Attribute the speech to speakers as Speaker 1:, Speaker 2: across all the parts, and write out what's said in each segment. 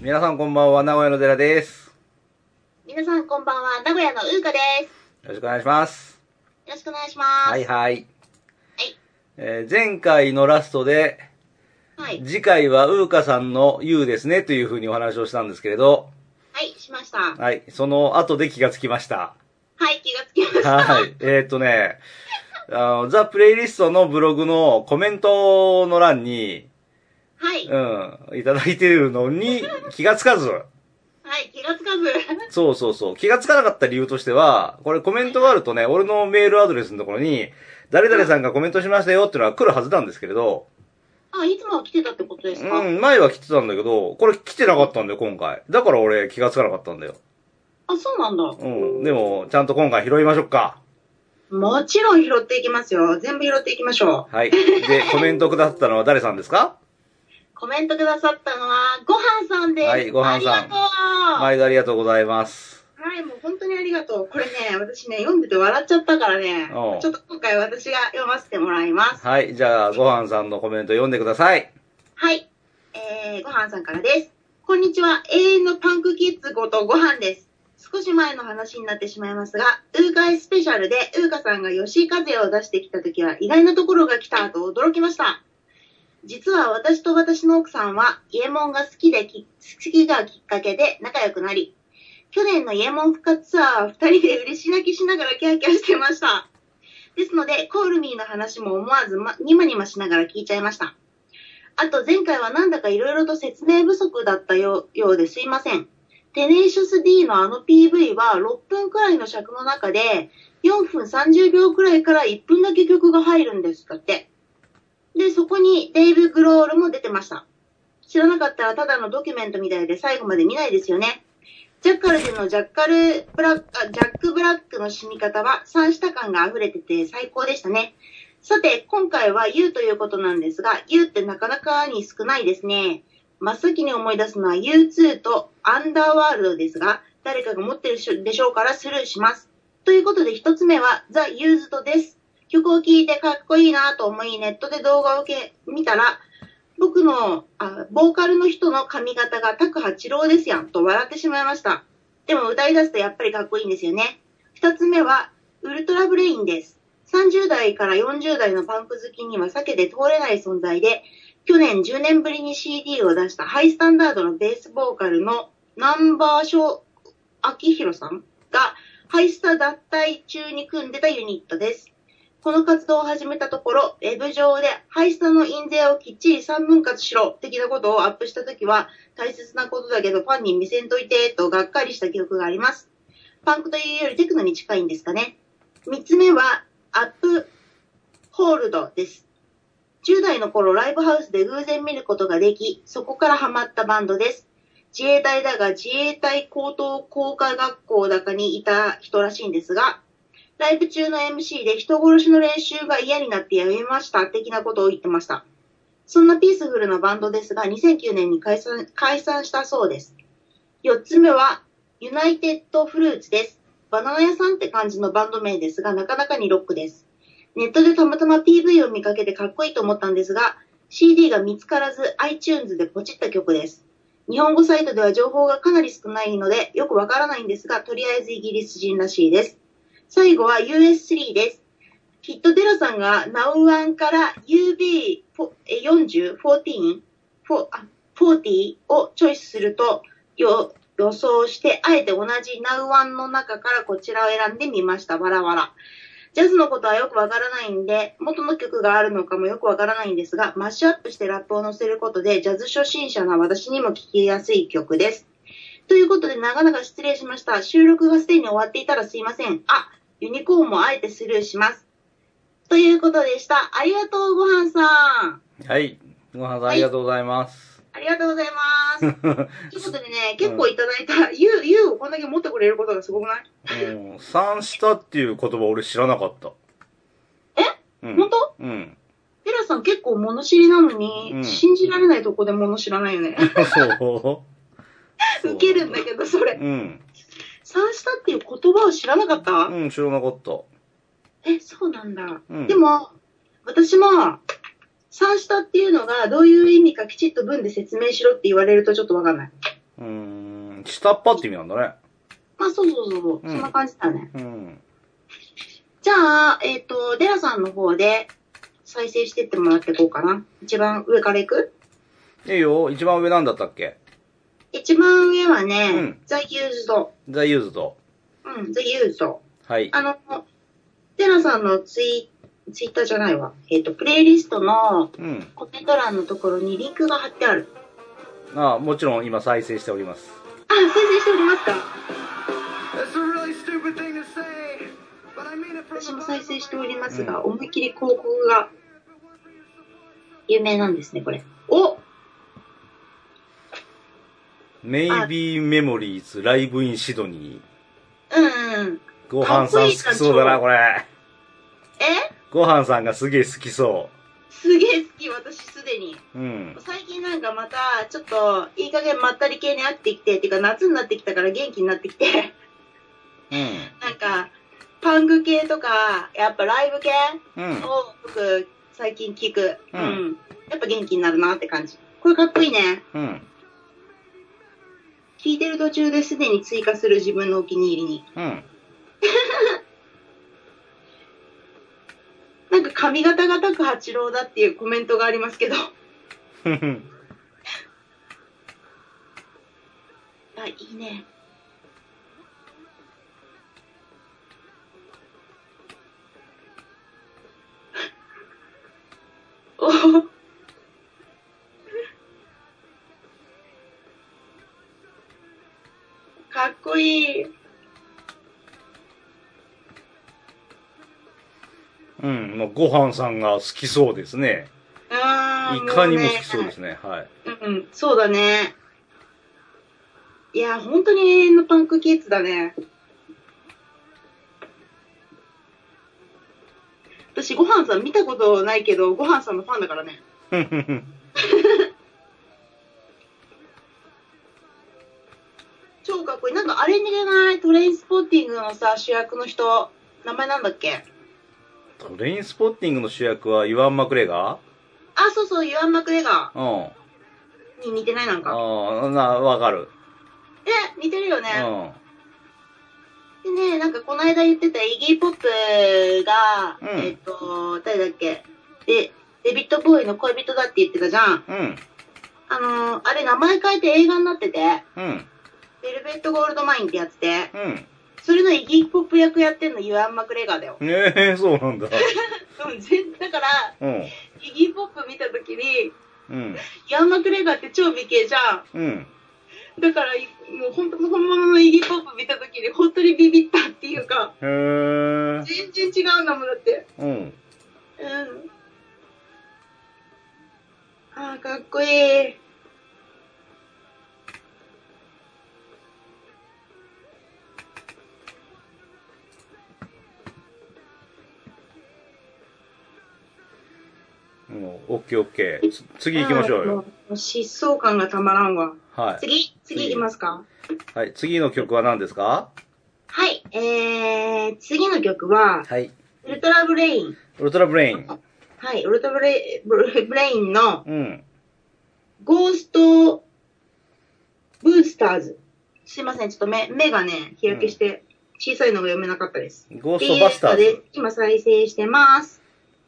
Speaker 1: 皆さんこんばんは、名古屋の寺です。
Speaker 2: 皆さんこんばんは、名古屋のうーかです。
Speaker 1: よろしくお願いします。
Speaker 2: よろしくお願いします。
Speaker 1: はいはい。
Speaker 2: はい。
Speaker 1: えー前回のラストで、
Speaker 2: はい。
Speaker 1: 次回はウーカさんの U ですねというふうにお話をしたんですけれど、
Speaker 2: はい、しました。は
Speaker 1: はい、その後で気がつきました。
Speaker 2: い、気がつきました。
Speaker 1: はい。 えーっとね、あの、ザ・プレイリストのブログのコメントの欄に、
Speaker 2: はい。
Speaker 1: うん、いただいてるのに気がつかず。
Speaker 2: はい、気がつかず。
Speaker 1: そうそうそう。気がつかなかった理由としては、これコメントがあるとね、俺のメールアドレスのところに、誰々さんがコメントしましたよっていうのは来るはずなんですけれど、
Speaker 2: あ、いつもは来てたってことですか、
Speaker 1: うん、前は来てたんだけど、これ来てなかったんだよ、今回。だから俺気がつかなかったんだよ。
Speaker 2: あ、そうなんだ。
Speaker 1: うん、でも、ちゃんと今回拾いましょうか。
Speaker 2: もちろん拾っていきますよ。全部拾っていきましょ
Speaker 1: はい。で、コメントくださったのは誰さんですか
Speaker 2: う。コメントくださったのは、ごはんさんです。
Speaker 1: はいごはんさん
Speaker 2: ありがとう、はい。
Speaker 1: 毎度ありがとうございます。
Speaker 2: もう本当にありがとう。これね、私ね、読んでて笑っちゃったからね
Speaker 1: おう、
Speaker 2: ちょっと今回私が読ませてもらいます。
Speaker 1: はい、じゃあ、ごはんさんのコメント読んでください。
Speaker 2: はい。えー、ごはんさんからです。こんにちは。永遠のパンクキッズことごはんです。少し前の話になってしまいますが、ウーカイスペシャルでウーカさんが吉井風を出してきた時は意外なところが来たと驚きました。実は私と私の奥さんは、イエモンが好きでき、好きがきっかけで仲良くなり、去年のイエモン復活ツアーは二人で嬉し泣きしながらキャーキャーしてました。ですので、コールミーの話も思わず、ま、にまにましながら聞いちゃいました。あと前回はなんだか色々と説明不足だったよようですいません。テネーシャス D のあの PV は6分くらいの尺の中で4分30秒くらいから1分だけ曲が入るんですだって。で、そこにデイブ・グロールも出てました。知らなかったらただのドキュメントみたいで最後まで見ないですよね。ジャッカルズのジャッカルブラック、あジャック・ブラックの死に方は三下感が溢れてて最高でしたね。さて、今回は U ということなんですが、U ってなかなかに少ないですね。真っ先に思い出すのは U2 とアンダーワールドですが、誰かが持ってるでしょうからスルーします。ということで一つ目は The Used です。曲を聴いてかっこいいなと思い、ネットで動画をけ見たら、僕のあ、ボーカルの人の髪型が拓八郎ですやんと笑ってしまいました。でも歌い出すとやっぱりかっこいいんですよね。二つ目は、ウルトラブレインです。30代から40代のパンク好きには避けて通れない存在で、去年10年ぶりに CD を出したハイスタンダードのベースボーカルのナンバーショー秋広さんがハイスタ脱退中に組んでたユニットです。この活動を始めたところ、ウェブ上でハイスタの印税をきっちり3分割しろ的なことをアップしたときは、大切なことだけどファンに見せんといて、とがっかりした記憶があります。パンクというよりテクノに近いんですかね。三つ目は、アップホールドです。10代の頃、ライブハウスで偶然見ることができ、そこからハマったバンドです。自衛隊だが、自衛隊高等工科学校だかにいた人らしいんですが、ライブ中の MC で人殺しの練習が嫌になってやめました、的なことを言ってました。そんなピースフルなバンドですが、2009年に解散解散したそうです。4つ目は、ユナイテッドフルーツです。バナナ屋さんって感じのバンド名ですが、なかなかにロックです。ネットでたまたま PV を見かけてかっこいいと思ったんですが、CD が見つからず iTunes でポチった曲です。日本語サイトでは情報がかなり少ないので、よくわからないんですが、とりあえずイギリス人らしいです。最後は US3 です。きっとデラさんが Now1 から UB40、14、4あ40をチョイスすると、よ、予想して、あえて同じナウワンの中からこちらを選んでみました。バラバラ。ジャズのことはよくわからないんで、元の曲があるのかもよくわからないんですが、マッシュアップしてラップを乗せることで、ジャズ初心者な私にも聴きやすい曲です。ということで、長々失礼しました。収録がすでに終わっていたらすいません。あ、ユニコーンもあえてスルーします。ということでした。ありがとう、ごはんさん。
Speaker 1: はい。ごはんさん
Speaker 2: はい
Speaker 1: ありがとうございます。
Speaker 2: ありがとうございます。ということでね、結構いただいた、ゆう、ゆうをこんだけ持ってくれることがすごくない
Speaker 1: うん、三したっていう言葉俺知らなかった。
Speaker 2: え
Speaker 1: うん
Speaker 2: 本当
Speaker 1: うん。
Speaker 2: テラさん結構物知りなのに、
Speaker 1: うん
Speaker 2: 信じられないとこで物知らないよね。
Speaker 1: そう
Speaker 2: ウケるんだけど、それ。
Speaker 1: うん。
Speaker 2: 三下っていう言葉を知らなかった、
Speaker 1: うん、知らなかった。
Speaker 2: え、そうなんだ。
Speaker 1: うん。
Speaker 2: で、も、私も、三下っていうのがどういう意味かきちっと文で説明しろって言われるとちょっとわかんない。
Speaker 1: うーん、下っ端って意味なんだね。
Speaker 2: まあ、そうそうそうそう、
Speaker 1: うん
Speaker 2: そんな感じだね。
Speaker 1: うん。
Speaker 2: じゃあ、えっ、と、デラさんの方で再生してってもらっていこうかな。一番上からいく
Speaker 1: いいよ、一番上なんだったっけ
Speaker 2: 一番上はね、
Speaker 1: うん
Speaker 2: ザ・ユーズド。
Speaker 1: ザ・ユーズと。
Speaker 2: うん、ザ・ユーズド。
Speaker 1: はい。
Speaker 2: あの、デラさんのツイツイッターじゃないわ。えっ、と、プレイリストの
Speaker 1: うん。
Speaker 2: コメント欄のところにリンクが貼ってある。
Speaker 1: ああ、もちろん今再生しております。
Speaker 2: あ、再生しておりますか
Speaker 3: That's a really stupid thing to say, but I mean it from
Speaker 2: 私
Speaker 3: the
Speaker 2: も
Speaker 3: bottom
Speaker 2: 再
Speaker 3: of my
Speaker 2: 生しておりますが、思いっきり広告が有名なんですね、これ。お
Speaker 1: Maybe Memories Live in Sydney。
Speaker 2: うんうんうん。
Speaker 1: ごはんさん好きそうだな、これ。
Speaker 2: え
Speaker 1: ごはんさんがすげえ好きそ
Speaker 2: すげえ好き、私すでに。
Speaker 1: う。うん。
Speaker 2: 最近なんかまた、ちょっと、いい加減まったり系に飽きてきて、っていうか夏になってきたから元気になってきて、
Speaker 1: う
Speaker 2: なんか、パンク系とか、やっぱライブ系
Speaker 1: ん。うん。
Speaker 2: を僕、最近聞く。
Speaker 1: う
Speaker 2: うんん。やっぱ元気になるなって感じ。これかっこいいね。
Speaker 1: うん。
Speaker 2: 聞いてる途中ですでに追加する自分のお気に入りに。
Speaker 1: うん。
Speaker 2: なんか髪型が拓八郎だっていうコメントがありますけど。 あ、
Speaker 1: ふふん
Speaker 2: いいね。おお。かっこいい。
Speaker 1: うん。もうごはんさんが好きそうですね。
Speaker 2: あー。
Speaker 1: いかにも好きそうですすね。はい。
Speaker 2: もうねうん、そうだね。いや、本当に永遠のパンクキッズだね。私、ごはんさん見たことないけど、ごはんさんのファンだからね。
Speaker 1: ふんふんふん
Speaker 2: 超かっこいい。なんかあれに出ないトレインスポーティングのさ、主役の人、名前なんだっけ
Speaker 1: トレインスポッティングの主役はイワン・マクレガ
Speaker 2: あ、そうそう、ユアン・マクレガ
Speaker 1: ーうん。
Speaker 2: ーに似てないなんか。
Speaker 1: ああ、な、わかる。
Speaker 2: え、似てるよね。
Speaker 1: うん。
Speaker 2: でね、なんかこの間言ってたイギー・ポップが、
Speaker 1: うん
Speaker 2: えっ、と、誰だっけで、デビッド・ボーイの恋人だって言ってたじゃん。
Speaker 1: うん。
Speaker 2: あのーあれ名前変えて映画になってて、
Speaker 1: うん。
Speaker 2: ベルベット・ゴールド・マインってやつで、
Speaker 1: うん。
Speaker 2: それのイギー・ポップ役やってんのユアン・マクレガーだよ。
Speaker 1: ええそうなんだ。
Speaker 2: うん、全だから、
Speaker 1: うん。
Speaker 2: イギー・ポップ見たときに、
Speaker 1: うん。
Speaker 2: ユアン・マクレガーって超美形じゃん。
Speaker 1: うん。
Speaker 2: だから、いもう本当、このままのイギー・ポップ見たときに、本当にビビったっていうか、
Speaker 1: へえ。
Speaker 2: 全然違うんだもんだって。
Speaker 1: うん。
Speaker 2: うん。あー、かっこいい。
Speaker 1: もう、オッケーオッケー。つ次行きましょうよ。
Speaker 2: よ。疾走感がたまらんわ。
Speaker 1: はい。
Speaker 2: 次、次行きますか。
Speaker 1: はい。次の曲は何ですか
Speaker 2: はい、えー、次の曲は、
Speaker 1: はい。
Speaker 2: ウルトラブレイン。
Speaker 1: ウルトラブレイン。
Speaker 2: はい、ウルトラブレイブレブレインの
Speaker 1: うん。
Speaker 2: ゴーストブースターズ。すいません、ちょっと目、目がね、日焼けして、小さいのが読めなかったです。
Speaker 1: ゴーストバスター
Speaker 2: っていう
Speaker 1: ズ
Speaker 2: 歌。です。今再生してます。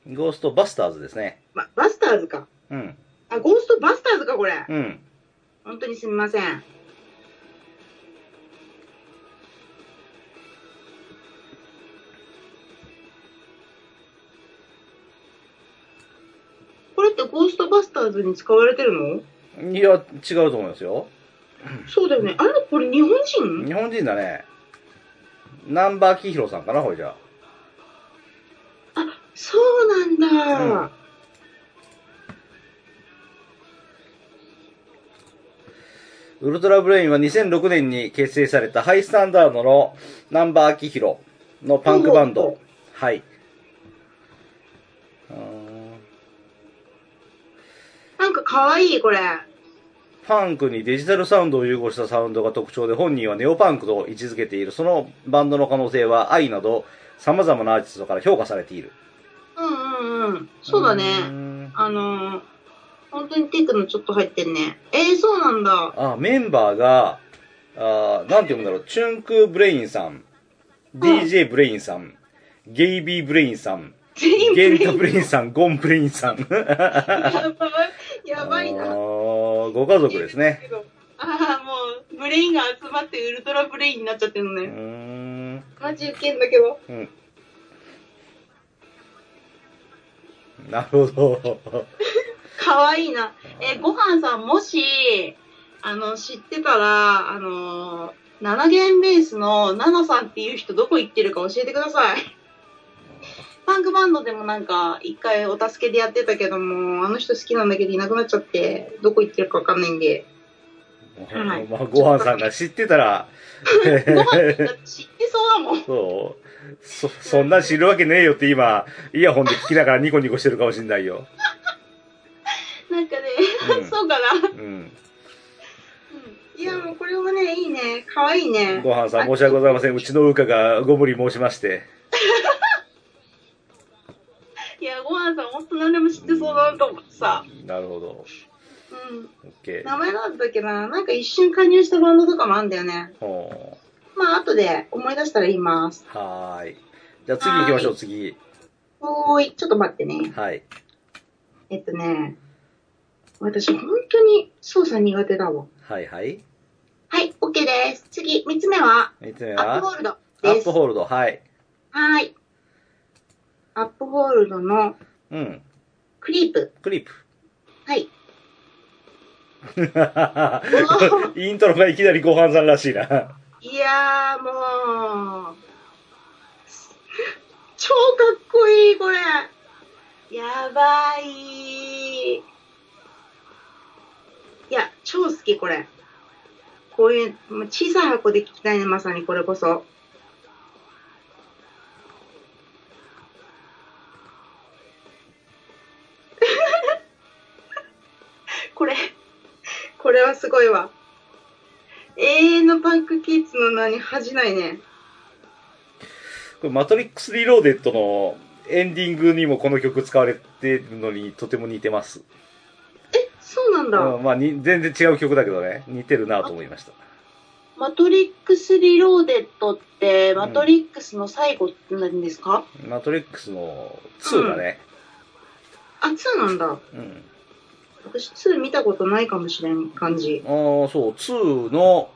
Speaker 1: ゴーストバスターズですね。
Speaker 2: ま、バスターズか。
Speaker 1: うん。
Speaker 2: あ、ゴーストバスターズか、これ。
Speaker 1: うん。
Speaker 2: 本当にすみません。これってゴーストバスターズに使われてるの
Speaker 1: いや、違うと思いますよ。
Speaker 2: そうだよね。あれこれ日本人
Speaker 1: 日本人だね。ナンバーキヒロさんかな、ほいじゃ
Speaker 2: そう
Speaker 1: あ。
Speaker 2: なんだ。
Speaker 1: うん。ウルトラブレインは2006年に結成されたハイスタンダードのナンバーキヒロのパンクバン
Speaker 2: ほう
Speaker 1: ド
Speaker 2: ほ。
Speaker 1: はい。うーん
Speaker 2: なんかかわいい、これ。
Speaker 1: パンクにデジタルサウンドを融合したサウンドが特徴で本人はネオパンクと位置づけている。そのバンドの可能性は愛など様々なアーティストから評価されている。
Speaker 2: うんうんうん。そうだね。
Speaker 1: ん
Speaker 2: あのー、本当にテクノちょっと入ってんね。えー、そうなんだ。
Speaker 1: あ、メンバーが、あーなんて読むんだろう、チュンクブレインさん、DJ ブレインさん、ゲイビーブレインさん、
Speaker 2: 全員ブ
Speaker 1: ゲ
Speaker 2: レ
Speaker 1: ンタ
Speaker 2: イン
Speaker 1: ブレインさん、ゴンブレインさん。
Speaker 2: やばい。やばい
Speaker 1: あ
Speaker 2: な。
Speaker 1: ーご家族ですね。。
Speaker 2: ああ、もう、ブレインが集まってウルトラブレインになっちゃってるの
Speaker 1: うー
Speaker 2: ね。
Speaker 1: ん。
Speaker 2: マジウケんだけど。
Speaker 1: うん。なるほど。
Speaker 2: かわいいな。え、ごはんさん、もし、あの、知ってたら、あのー、7弦ベースのナナさんっていう人どこ行ってるか教えてください。 パンクバンドでもなんか、一回お助けでやってたけども、あの人好きなんだけどいなくなっちゃって、どこ行ってるかわかんないん で。はい
Speaker 1: まあ、ごはんさんが知ってたら、
Speaker 2: ごはんさんだって知ってそうだもん。
Speaker 1: そう。そ、そんな知るわけねえよって今、イヤホンで聞きながらニコニコしてるかもしんないよ。
Speaker 2: なんかね、
Speaker 1: うん
Speaker 2: そうかな。
Speaker 1: うん。
Speaker 2: うんいや、もうこれもね、いいね。かわいいね。
Speaker 1: ごはんさん申し訳ございません。うちのウーカがご無理申しまして。
Speaker 2: いや、ごはんさん、ほんと何でも知ってそうだなと思ってさ。
Speaker 1: なるほど。
Speaker 2: うん。
Speaker 1: オッケ
Speaker 2: 名
Speaker 1: ー。
Speaker 2: 前なんだっけな、なんか一瞬加入したバンドとかもあんだよね。
Speaker 1: ほ
Speaker 2: まあ、後で思い出したら言います。
Speaker 1: うはーい。じゃあ次行きましょう、次。
Speaker 2: おーい、ちょっと待ってね。
Speaker 1: はい。
Speaker 2: えっとね、私本当に操作苦手だわ。
Speaker 1: はいはい。
Speaker 2: はい、OK です。次、3つ目は、
Speaker 1: 三つ目
Speaker 2: アップ
Speaker 1: は
Speaker 2: ホールド
Speaker 1: ア
Speaker 2: で
Speaker 1: ッ
Speaker 2: す。
Speaker 1: プホールド。はい。
Speaker 2: はーい。アップホールドの
Speaker 1: うん。
Speaker 2: クリープ。
Speaker 1: クリップ。
Speaker 2: はい。
Speaker 1: イントロがいきなりご飯さんらしいな。
Speaker 2: いやー、もう、超かっこいい、これ。やばい。いや、超好き、これ。こういう、もう小さい箱で聞きたいね、まさにこれこそ。 これ、これはすごいわ。永遠のパンクキッズの名に恥じないね。
Speaker 1: これマトリックスリローデッドのエンディングにもこの曲使われてるのにとても似てます。
Speaker 2: そうなんだ。
Speaker 1: うんまあに、全然違う曲だけどね、似てるなと思いました。
Speaker 2: マトリックスリローデッドって、
Speaker 1: ん
Speaker 2: マトリックスの最後って何ですか、
Speaker 1: マトリックスの2だね。
Speaker 2: あ、2なんだ。
Speaker 1: うん。
Speaker 2: 私2見たことないかもしれん感じ。
Speaker 1: ああ、そう、2の、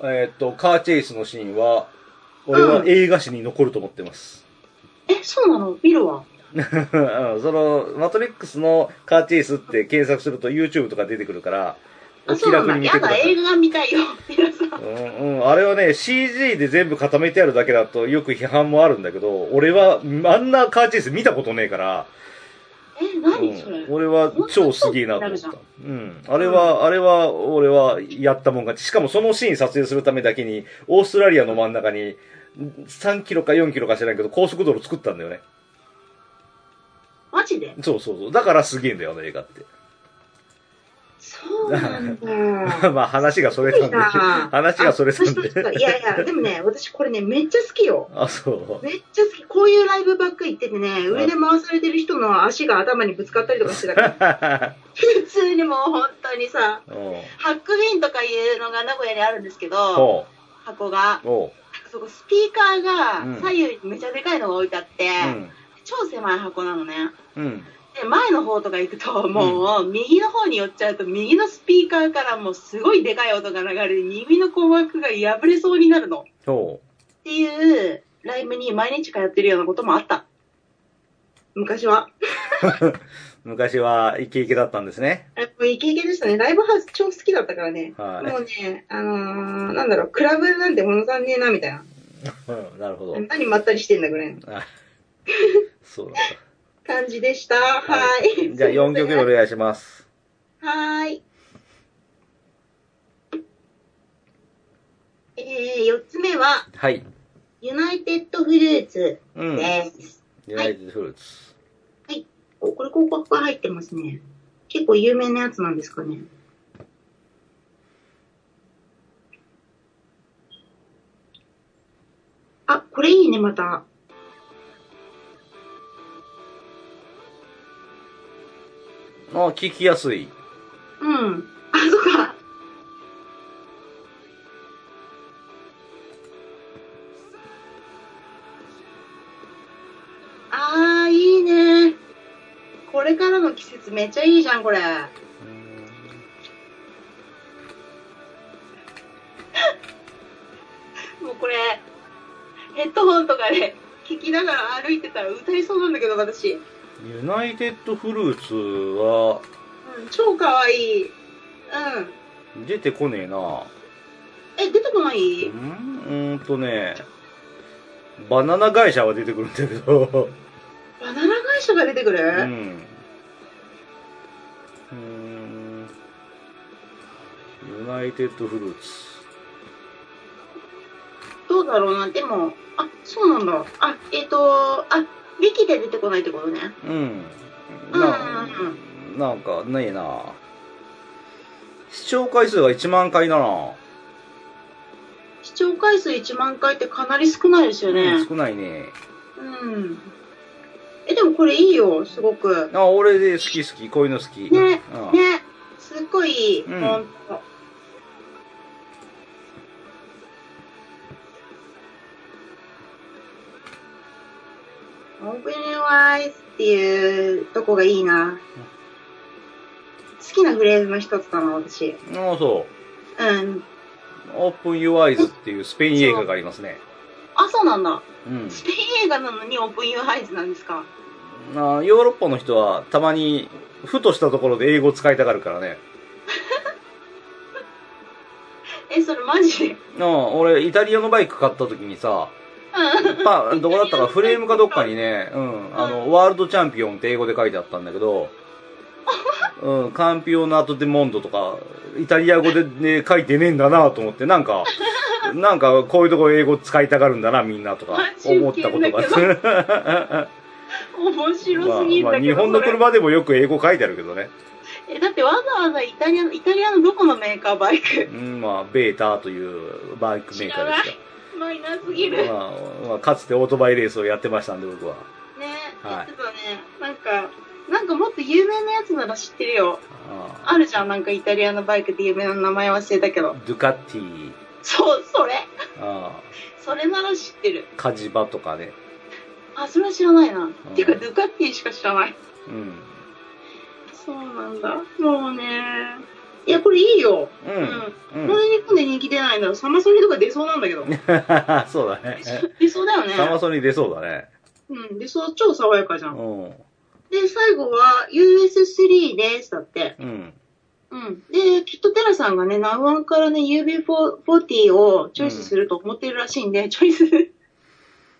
Speaker 1: えーっと、カーチェイスのシーンは、俺は
Speaker 2: うん
Speaker 1: 映画史に残ると思ってます。
Speaker 2: え、そうなのビルは
Speaker 1: うんその、マトリックスのカーチェイスって検索すると YouTube とか出てくるから、
Speaker 2: あ、そうなんだ。やだ、
Speaker 1: い。
Speaker 2: 映画が見たいよ。皆さん。
Speaker 1: うんうん、あれはね、CG で全部固めてあるだけだとよく批判もあるんだけど、俺はあんなカーチェイス見たことねえから、
Speaker 2: え、
Speaker 1: う
Speaker 2: 何
Speaker 1: ん
Speaker 2: それ、
Speaker 1: 俺は超すげえなと思った
Speaker 2: そんな。
Speaker 1: うん。あれは、あれは、俺はやったもん勝ち。しかもそのシーン撮影するためだけに、オーストラリアの真ん中に、3キロか4キロか知らんけど、高速道路作ったんだよね。
Speaker 2: マジで
Speaker 1: そうそうそう。だからすげえんだよ、あの映画って。
Speaker 2: そうなんだ。
Speaker 1: まあ話がそれなんで。話がそれなんで。
Speaker 2: あいやいや、でもね、私これね、めっちゃ好きよ。
Speaker 1: あ、そう。
Speaker 2: めっちゃ好き。こういうライブばっかり行っててね、上で回されてる人の足が頭にぶつかったりとかしてた から、普通にもう本当にさ、
Speaker 1: うん
Speaker 2: ハックビンとかいうのが名古屋にあるんですけど、
Speaker 1: ほ
Speaker 2: 箱が
Speaker 1: う。。ほ
Speaker 2: そこスピーカー
Speaker 1: うん
Speaker 2: が左右にめちゃでかいのが置いてあって、
Speaker 1: う。うん。
Speaker 2: 超狭い箱なのね。
Speaker 1: うん。
Speaker 2: で、前の方とか行くと、もう、右の方に寄っちゃうと、右のスピーカーからもうすごいでかい音が流れて、耳の鼓膜が破れそうになるの。っ
Speaker 1: ほ
Speaker 2: ていう、ライブに毎日通ってるようなこともあった。昔は。
Speaker 1: う。昔はイケイケだったんですね。
Speaker 2: あもうイケイケでしたね。ライブハウス超好きだったからね。も
Speaker 1: は
Speaker 2: うね、あのー、なんだろう、クラブなんて物足んねえな、みたいな。
Speaker 1: い。うんなるほど。
Speaker 2: 何まったりしてんだぐらいの
Speaker 1: あ、そうなん
Speaker 2: 感じでした。
Speaker 1: だ。
Speaker 2: はい。
Speaker 1: じゃあ4曲目お願いします。
Speaker 2: はーい。えー、4つ目は、
Speaker 1: はい。
Speaker 2: ユナイテッドフルーツ
Speaker 1: うん。
Speaker 2: です。
Speaker 1: ユナイテッドフルーツ。
Speaker 2: お、これ広告が入ってますね。結構有名なやつなんですかね。あ、これいいね、また。
Speaker 1: あ聞きやすい。
Speaker 2: うん。あ、そっか。あー、いいね。これからの季節めっちゃいいじゃん、これ。もうこれ、ヘッドホンとかで聞きながら歩いてたら歌いそうなんだけど、私。う
Speaker 1: ユナイテッドフルーツは
Speaker 2: ん、超かわいい。うん。
Speaker 1: 出てこねえな。
Speaker 2: え、出てこな
Speaker 1: う
Speaker 2: い
Speaker 1: んうーんとね、バナナ会社は出てくるんだけど。
Speaker 2: バナナ会社が出てくる、
Speaker 1: うん。うーん。ユナイテッドフルーツ。
Speaker 2: どうだろうな、でも、あ、そうなんだ。あ、えっ、と、あ、ウィキで出てこないってことね。
Speaker 1: うん。
Speaker 2: う
Speaker 1: な、なんかねえな。視聴回数が1万回だな。
Speaker 2: 視聴回数1万回ってかなり少ないですよ
Speaker 1: う
Speaker 2: ね
Speaker 1: ん、。少ないね。
Speaker 2: うん。え、でもこれいいよ、すごく。
Speaker 1: あ、俺で好き好き、こういうの好き。
Speaker 2: ね
Speaker 1: うん
Speaker 2: ね、すっごいいい、
Speaker 1: うん
Speaker 2: ほんと。オープニワイズっていうとこがいいな。好きなフレーズの一つだな、私。
Speaker 1: ああ、そ
Speaker 2: うん。
Speaker 1: う。オープン u r e s っていうスペイン映画がありますね。
Speaker 2: あ、そうなんだ。
Speaker 1: うん。
Speaker 2: スペイン映画なのにオープンユーハイズなんですか。
Speaker 1: あーヨーロッパの人はたまに、ふとしたところで英語を使いたがるからね。
Speaker 2: え、それマジで。
Speaker 1: ああ、俺、イタリアのバイク買った時にさ、パン、どこだったかフレームかどっかにね、うん、あの、ワールドチャンピオンって英語で書いてあったんだけど、うん、カンピオナート・デ・モンドとか、イタリア語で、ね、書いてねえんだなと思って、なんか、なんか、こういうとこ英語使いたがるんだな、みんなとか、思ったことが
Speaker 2: マジウケ面白すぎん
Speaker 1: まあま
Speaker 2: だ
Speaker 1: あ、
Speaker 2: け
Speaker 1: 日
Speaker 2: ど、
Speaker 1: 本の
Speaker 2: それ
Speaker 1: 車でもよく英語書いてあるけどね。
Speaker 2: え、だってわざわざイタリアの、イタリアのどこのメーカーバイク
Speaker 1: うん、まあ、ベータというバイクメーカーです
Speaker 2: マイナーすぎ
Speaker 1: から。
Speaker 2: る。
Speaker 1: まあ、まあ、かつてオートバイレースをやってましたんで、僕は。
Speaker 2: ね、
Speaker 1: は
Speaker 2: や
Speaker 1: い
Speaker 2: ってたね。なんか、なんかもっと有名なやつなら知ってるよ。
Speaker 1: あ
Speaker 2: あるじゃん、なんかイタリアのバイクで有名な名前忘れたけ
Speaker 1: あ
Speaker 2: ど。
Speaker 1: ドゥカッティ、
Speaker 2: そう、それ。
Speaker 1: あ
Speaker 2: それなら知ってる
Speaker 1: あ。カジバとかね。
Speaker 2: あ、それは知らないな。
Speaker 1: ん
Speaker 2: ていうか、ドゥカッティしか知らない。
Speaker 1: うん。
Speaker 2: そうなんだ。もうね。いや、これいいよ。
Speaker 1: う。
Speaker 2: うんん。こ
Speaker 1: うん。
Speaker 2: れ日本で人気出ないんだろう。サマソニとか出そうなんだけど。
Speaker 1: そうだね。
Speaker 2: 出そうだよね。
Speaker 1: サマソニ出そうだね。
Speaker 2: うん。出そう超爽やかじゃ。
Speaker 1: うんん。
Speaker 2: で、最後は US3 です。だって。
Speaker 1: うん。
Speaker 2: うん。で、きっとテラさんがね、ナウワンからね、UB40 をチョイスすると思ってるらしいんで、チョイス。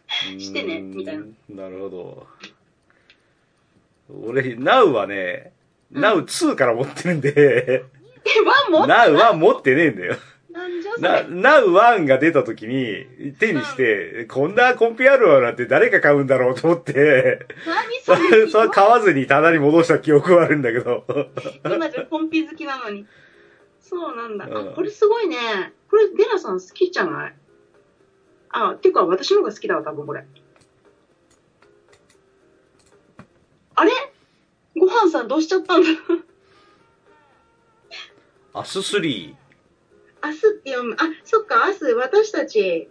Speaker 2: してねみたいな
Speaker 1: な。なるほど。俺、ナウはね、
Speaker 2: うん
Speaker 1: ナウ2から持ってるんで、
Speaker 2: え、ワンも
Speaker 1: ナウは持ってねえんだよ。
Speaker 2: なんじゃそ
Speaker 1: な、
Speaker 2: れ。
Speaker 1: ナウワンが出た時に、手にして、こんなコンピあるわなんて誰が買うんだろうと思って、
Speaker 2: 何 そ
Speaker 1: そ
Speaker 2: れ。
Speaker 1: れ、それ買わずに棚に戻した記憶はあるんだけ ど。
Speaker 2: 今じゃコンピ好きなのに。そうなんだ。
Speaker 1: うん
Speaker 2: あ、これすごいね。これ、デラさん好きじゃないあ、ていうか私の方が好きだわ、多分これ。あれご飯さんどうしちゃったんだ
Speaker 1: アス3、
Speaker 2: 明日って読む。あ、そっか、明日私たち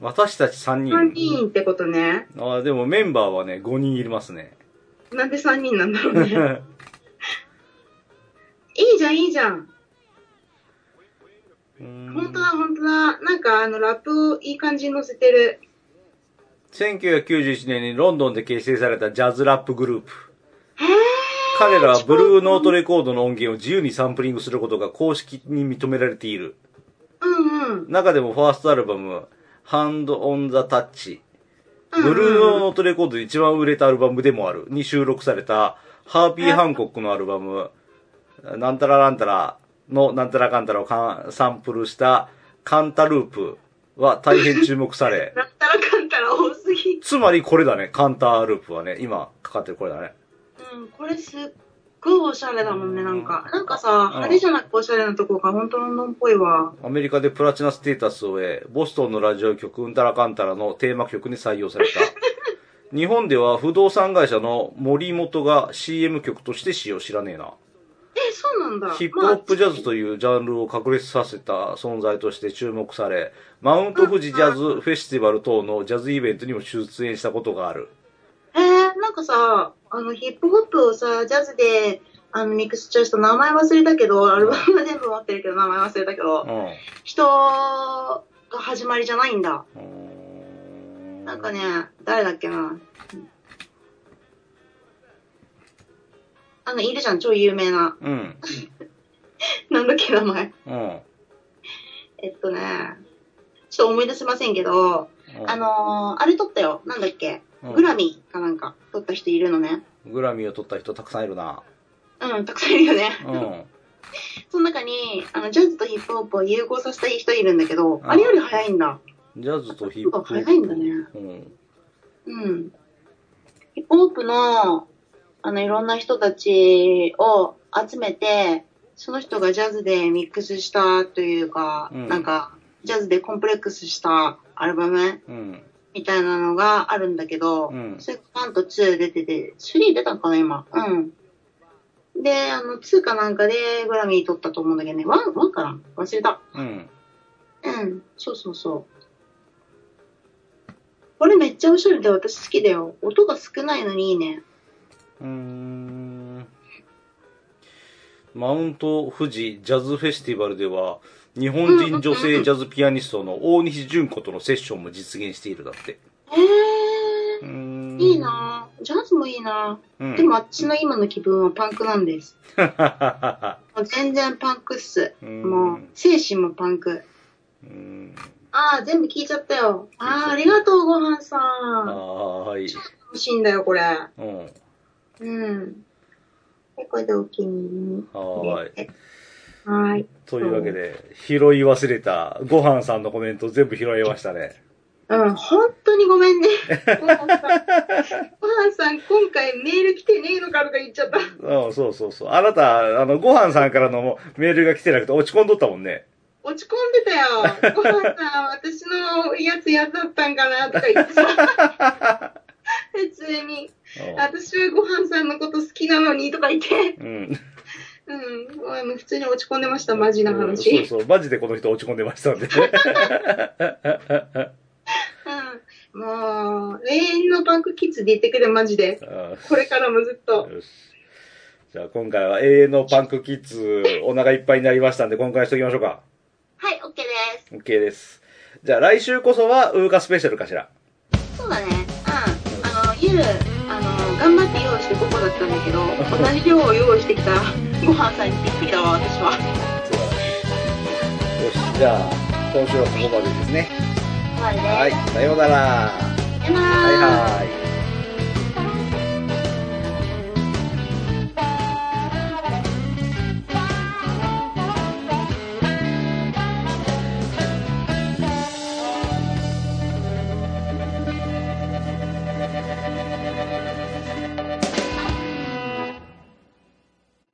Speaker 1: 私たち3人。
Speaker 2: 3人ってことね。
Speaker 1: ああ、でもメンバーはね、5人いますね。
Speaker 2: なんで3人なんだろうね。いいじゃん、いいじゃん。本
Speaker 1: 本
Speaker 2: 当だ、本当だ。なんかあの、ラップをいい感じに乗せてる。
Speaker 1: 1991年にロンドンで結成されたジャズラップグループ。
Speaker 2: へー
Speaker 1: 彼らはブルーノートレコードの音源を自由にサンプリングすることが公式に認められている。
Speaker 2: うんうん。
Speaker 1: 中でもファーストアルバム、ハンド・オン・ザ・タッチ、
Speaker 2: うんうん
Speaker 1: ブルーノートレコードで一番売れたアルバムでもある、に収録された、ハーピー・ハンコックのアルバム、なんたらなんたらのなんたらかんたらをかんサンプルした、カンタループは大変注目さ れ、
Speaker 2: なったらかんたら多すぎ。
Speaker 1: つまりこれだね、カンタループはね、今かかってるこれだね。
Speaker 2: うん、これすっごいおしゃれだもんね、なんか。なんかさ、
Speaker 1: ん
Speaker 2: 派手じゃなくおしゃれなとこが本当ロンドンっぽいわ。
Speaker 1: アメリカでプラチナ ステータスを得、ボストンのラジオ局、うんたらかんたらのテーマ曲に採用された。日本では不動産会社の森本が CM 曲として使用知らねえな。
Speaker 2: え、そうなんだ。
Speaker 1: ヒップホップジャズ
Speaker 2: ま
Speaker 1: というジャンルを確立させた存在として注目され、マウント富士ジャズフェスティバル等のジャズイベントにも出演したことがある。
Speaker 2: あえー、なんかさ、あの、ヒップホップをさ、ジャズで、あの、ミックスチョイスと名前忘れたけど、アルバムは全部持ってるけど、名前忘れたけど
Speaker 1: う、ん。う
Speaker 2: 人が始まりじゃないんだ。
Speaker 1: ーん
Speaker 2: なんかね、誰だっけな。あの、いるじゃん、超有名な。
Speaker 1: うん。
Speaker 2: なんだっけ、名前。
Speaker 1: うん。うん
Speaker 2: えっとね、ちょっと思い出せませんけど、あ、のー、あれ撮ったよ。なんだっけ。
Speaker 1: うん
Speaker 2: グラミーかなんか撮った人いるのね。
Speaker 1: グラミーを取った人たくさんいるな。
Speaker 2: うん、たくさんいるよね。
Speaker 1: うん。
Speaker 2: その中に、あの、ジャズとヒップホップを融合させたい人いるんだけど、
Speaker 1: あ
Speaker 2: あれより早いんだ。
Speaker 1: ジャズとヒップホップ。
Speaker 2: そう早いんだね
Speaker 1: うん。
Speaker 2: うん。ヒップホップの、あの、いろんな人たちを集めて、その人がジャズでミックスしたというか、
Speaker 1: うん
Speaker 2: なんか、ジャズでコンプレックスしたアルバム
Speaker 1: うん。
Speaker 2: みたいなのがあるんだけど、
Speaker 1: うん
Speaker 2: それが1と2出てて、3出たのかな、今。うん。で、あの、2かなんかでグラミー取ったと思うんだけどね、1、1かな忘れた。
Speaker 1: うん。
Speaker 2: うん、そうそうそう。これめっちゃおしゃれで私好きだよ。音が少ないのにいいね。
Speaker 1: うーんマウント富士ジャズフェスティバルでは日本人女性ジャズピアニストの大西純子とのセッションも実現しているだって。
Speaker 2: へえ
Speaker 1: うーん
Speaker 2: いいなぁジャズもいいな
Speaker 1: う
Speaker 2: ぁ
Speaker 1: ん
Speaker 2: でも私の今の気分はパンクなんです。
Speaker 1: う
Speaker 2: もう全然パンクっす。
Speaker 1: ーん
Speaker 2: もう、精神もパンク。
Speaker 1: うーん
Speaker 2: ああ、全部聞いちゃったよ。ああ、あ
Speaker 1: 聞い
Speaker 2: りがとう、ごはんさ
Speaker 1: あ
Speaker 2: ん。
Speaker 1: ーはい。
Speaker 2: 楽しいんだよ、これ。
Speaker 1: うん。
Speaker 2: うん。はい、これでお気に
Speaker 1: は
Speaker 2: 入
Speaker 1: ーい。
Speaker 2: り。はーい。
Speaker 1: というわけで、拾い忘れた、ごはんさんのコメント全部拾いましたね。
Speaker 2: うん、本当にごめ んね。ごはんさん、ごはんさん今回メール来てねえのかとか言っちゃった。
Speaker 1: うん、そうそうそう。あなた、あの、ごはんさんからのメールが来てなくて落ち込んどったもんね。
Speaker 2: 落ち込んでたよ。ごはんさん、私のやつ嫌だったんかなとか言ってさ。普通に、私はごはんさんのこと好きなのにとか言って、
Speaker 1: うんうん。
Speaker 2: うん、もうあの普通に落ち込んでました、マジな話。
Speaker 1: うんそうそう、マジでこの人落ち込んでましたんで。
Speaker 2: うん、もう、永遠のパンクキッズで言ってくれ、マジで。
Speaker 1: あ
Speaker 2: これからもずっと
Speaker 1: ー。よしじゃあ今回は永遠のパンクキッズ、お腹いっぱいになりましたんで、今回しときましょうか。
Speaker 2: はい、OK で
Speaker 1: OK です。じゃあ来週こそは、ウーカスペシャルかしら。
Speaker 2: そうだね。うん。あの、夜、あの、頑張って用意して5個だったんだけど、同じ量を用意してきたご飯さんにびっくりだわ、私は。
Speaker 1: そうだねよし、じゃあ、今週はここまでですね。
Speaker 2: まあね。
Speaker 1: はい、さようなら。はい
Speaker 2: さよなら。
Speaker 1: はい。